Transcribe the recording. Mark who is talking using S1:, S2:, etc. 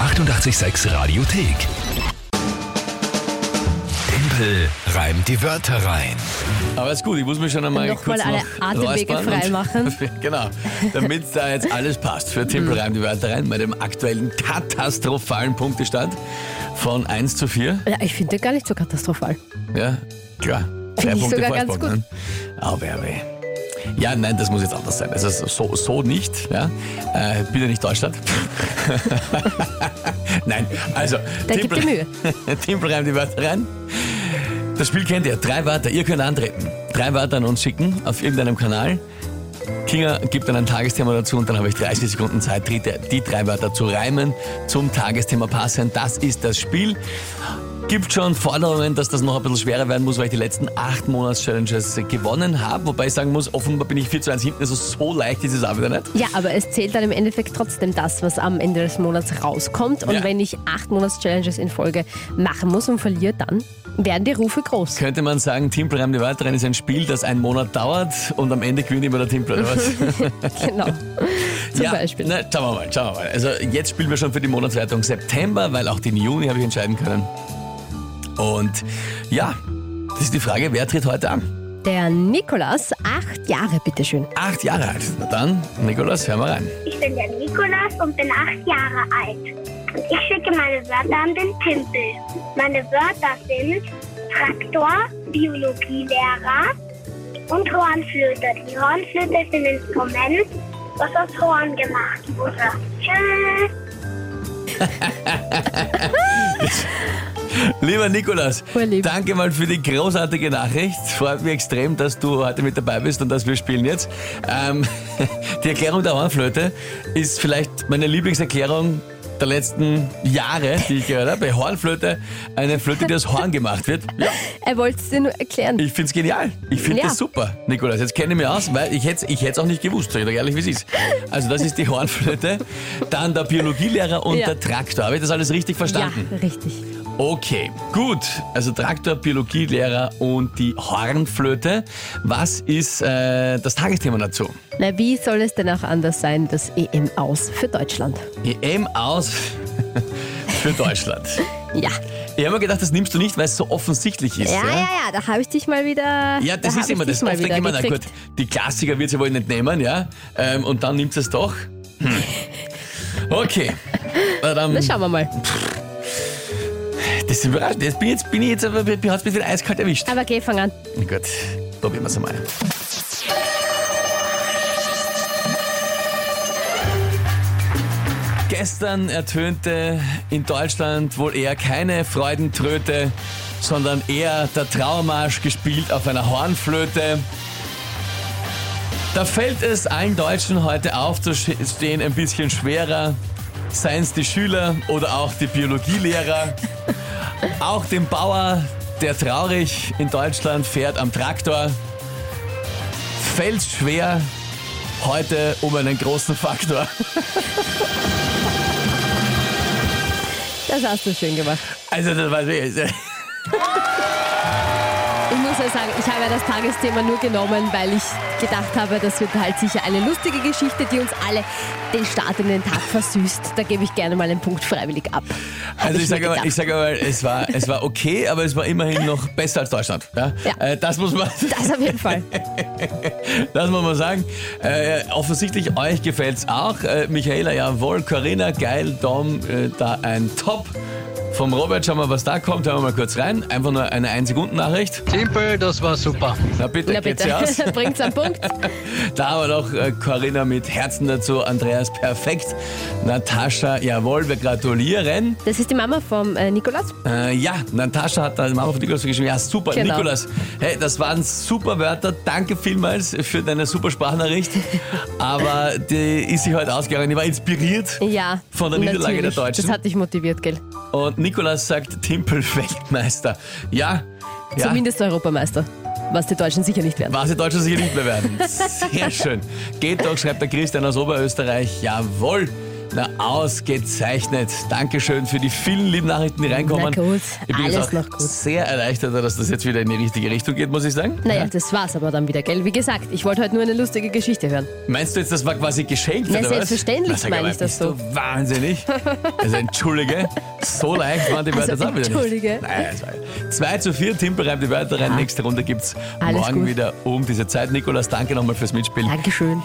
S1: 886 Radiothek. Tempel reimt die Wörter rein.
S2: Aber ist gut, ich muss mich schon einmal
S3: Noch
S2: kurz
S3: mal alle
S2: noch
S3: Atemwege
S2: räuspern
S3: frei machen.
S2: genau, damit da jetzt alles passt für
S3: Mhm.
S2: Tempel reimt die Wörter rein bei dem aktuellen katastrophalen Punktestand von 1 zu 4.
S3: Ja, ich finde den gar nicht so katastrophal.
S2: Ja, klar. Zwei
S3: ich
S2: Punkte
S3: sogar ganz
S2: Vorsprung.
S3: gut.
S2: Ne? Aber, aber. Ja, nein, das muss jetzt anders sein. Also so, so nicht. Ja? Äh, bitte nicht Deutschland. nein, also.
S3: Dann gib dir Mühe.
S2: Timpel reimt die Wörter rein. Das Spiel kennt ihr. Drei Wörter. Ihr könnt antreten. Drei Wörter an uns schicken auf irgendeinem Kanal. Kinga gibt dann ein Tagesthema dazu und dann habe ich 30 Sekunden Zeit, die, die drei Wörter zu reimen, zum Tagesthema passend. Das ist das Spiel. Gibt schon Forderungen, dass das noch ein bisschen schwerer werden muss, weil ich die letzten acht Monats-Challenges gewonnen habe. Wobei ich sagen muss, offenbar bin ich 4 zu 1 hinten, also so leicht ist es auch wieder nicht.
S3: Ja, aber es zählt dann im Endeffekt trotzdem das, was am Ende des Monats rauskommt. Und
S2: Ja.
S3: wenn ich acht Monats-Challenges in Folge machen muss und verliere, dann werden die Rufe groß.
S2: Könnte man sagen, Timpel reimt die Wörter rein ist ein Spiel, das einen Monat dauert und am Ende gewinnt immer der Timpel, oder was?
S3: genau. Zum Beispiel.
S2: Na, schauen wir mal, schauen wir mal. Also jetzt spielen wir schon für die Monatswertung September, weil auch den Juni habe ich entscheiden können. Und ja, das ist die Frage, wer tritt heute an?
S3: Der Nikolas, acht Jahre, bitteschön.
S2: Acht Jahre alt. Na dann, Nikolas, hör mal rein.
S4: Ich bin der Nikolas und bin acht Jahre alt. Und ich schicke meine Wörter an den Pimpel. Meine Wörter sind Traktor, Biologielehrer und Hornflöte. Die Hornflöte ist ein Instrument, das aus Horn gemacht wurde. Tschüss!
S2: Lieber Nikolas,
S3: Urlieb.
S2: danke mal für die großartige Nachricht. Freut mich extrem, dass du heute mit dabei bist und dass wir spielen jetzt. Ähm, die Erklärung der Hornflöte ist vielleicht meine Lieblingserklärung der letzten Jahre, die ich gehört habe. Bei Hornflöte, eine Flöte, die aus Horn gemacht wird. Ja,
S3: Er wollte es dir nur erklären.
S2: ich find's genial. Ich find
S3: Ja.
S2: das super, Nikolas. Jetzt kenne ich mich aus, weil ich hätte ich hätt's auch nicht gewusst, sag ich dir ehrlich, wie es ist. Also das ist die Hornflöte, dann der Biologielehrer und
S3: Ja.
S2: der Traktor. Habe ich das alles richtig
S3: ja,
S2: verstanden?
S3: richtig.
S2: Okay, gut. Also Traktor, Biologielehrer und die Hornflöte. Was ist äh, das Tagesthema dazu?
S3: Na, wie soll es denn auch anders sein, das EM aus für Deutschland?
S2: EM aus für Deutschland.
S3: Ja.
S2: Ich habe mir gedacht, das nimmst du nicht, weil es so offensichtlich ist.
S3: Ja, ja, ja, da habe ich dich mal wieder.
S2: Ja, das
S3: da hab
S2: ist
S3: ich
S2: immer
S3: dich
S2: das.
S3: Mal
S2: Oft denke
S3: wieder
S2: ich mir, na gut,
S3: gekriegt.
S2: die Klassiker wird sie wohl nicht nehmen, ja? Ähm, und dann nimmt sie es doch. Hm. Okay. Na, dann,
S3: Na, schauen wir mal.
S2: das ist überraschend. Jetzt bin ich jetzt, bin ich jetzt aber, bin, hat's mich wieder eiskalt erwischt.
S3: Aber geh, fang an.
S2: Na gut, probieren wir es einmal. Gestern ertönte in Deutschland wohl eher keine Freudentröte, sondern eher der Trauermarsch gespielt auf einer Hornflöte. Da fällt es allen Deutschen heute aufzustehen ein bisschen schwerer. Seien es die Schüler oder auch die Biologielehrer. Auch dem Bauer, der traurig in Deutschland fährt am Traktor, fällt schwer heute um einen großen Faktor.
S3: Das hast du schön gemacht.
S2: Also das weiß ich.
S3: Ich muss ja sagen, ich habe ja das Tagesthema nur genommen, weil ich gedacht habe, das wird halt sicher eine lustige Geschichte, die uns alle den Start in den Tag versüßt. Da gebe ich gerne mal einen Punkt freiwillig ab. Hab
S2: Also ich
S3: mir
S2: sage mal,
S3: gedacht.
S2: ich sage mal, es war, es war okay, aber es war immerhin noch besser als Deutschland. Ja?
S3: Ja.
S2: Äh, Das muss man,
S3: Das auf jeden Fall.
S2: das muss man sagen. Äh, offensichtlich euch gefällt's auch. Äh, Michaela, jawohl. Corinna, geil. Dom, äh, da ein Top. Vom Robert schauen wir, was da kommt. Hören wir mal kurz rein. Einfach nur eine 1-Sekunden-Nachricht.
S5: Simpel, das war super.
S2: Na bitte,
S3: Na
S2: geht's ja aus.
S3: bitte, bringt's am Punkt.
S2: Da haben wir noch äh, Corinna mit Herzen dazu, Andreas perfekt, Natascha, jawohl, wir gratulieren.
S3: Das ist die Mama vom äh, Nikolaus.
S2: Äh, ja, Natascha hat dann Mama von Nikolaus geschrieben, ja super,
S3: Genau.
S2: Nikolas, hey, das waren super Wörter, danke vielmals für deine super Sprachnachricht, aber die ist sich heute ausgegangen, die war inspiriert
S3: Ja.
S2: von der Niederlage
S3: natürlich.
S2: der Deutschen
S3: Das hat dich motiviert, gell?
S2: und Nikolas sagt Timpel-Weltmeister. Ja, ja.
S3: Zumindest Europameister. Was die Deutschen sicher nicht werden.
S2: Was die Deutschen sicher nicht mehr werden. Sehr schön. Geht doch, schreibt der Christian aus Oberösterreich. Jawohl. Na, ausgezeichnet. Dankeschön für die vielen lieben Nachrichten, die reinkommen.
S3: Na gut,
S2: ich bin jetzt
S3: alles
S2: auch
S3: noch gut.
S2: sehr erleichtert, dass das jetzt wieder in die richtige Richtung geht, muss ich sagen.
S3: Naja, das war's aber dann wieder, gell? Wie gesagt, ich wollte heute nur eine lustige Geschichte hören.
S2: Meinst du jetzt, das war quasi geschenkt?
S3: Na,
S2: oder was?
S3: selbstverständlich
S2: Na, sag
S3: meine
S2: mal,
S3: ich das
S2: bist Du wahnsinnig. Also entschuldige, so leicht waren die Wörter
S3: Also,
S2: jetzt auch wieder
S3: entschuldige.
S2: nicht. Naja, es war- 2 zu 4, Timpel reimt die Wörter rein. Nächste Runde gibt's
S3: Alles
S2: morgen
S3: gut.
S2: wieder um diese Zeit. Nikolas, danke nochmal fürs Mitspielen.
S3: Dankeschön.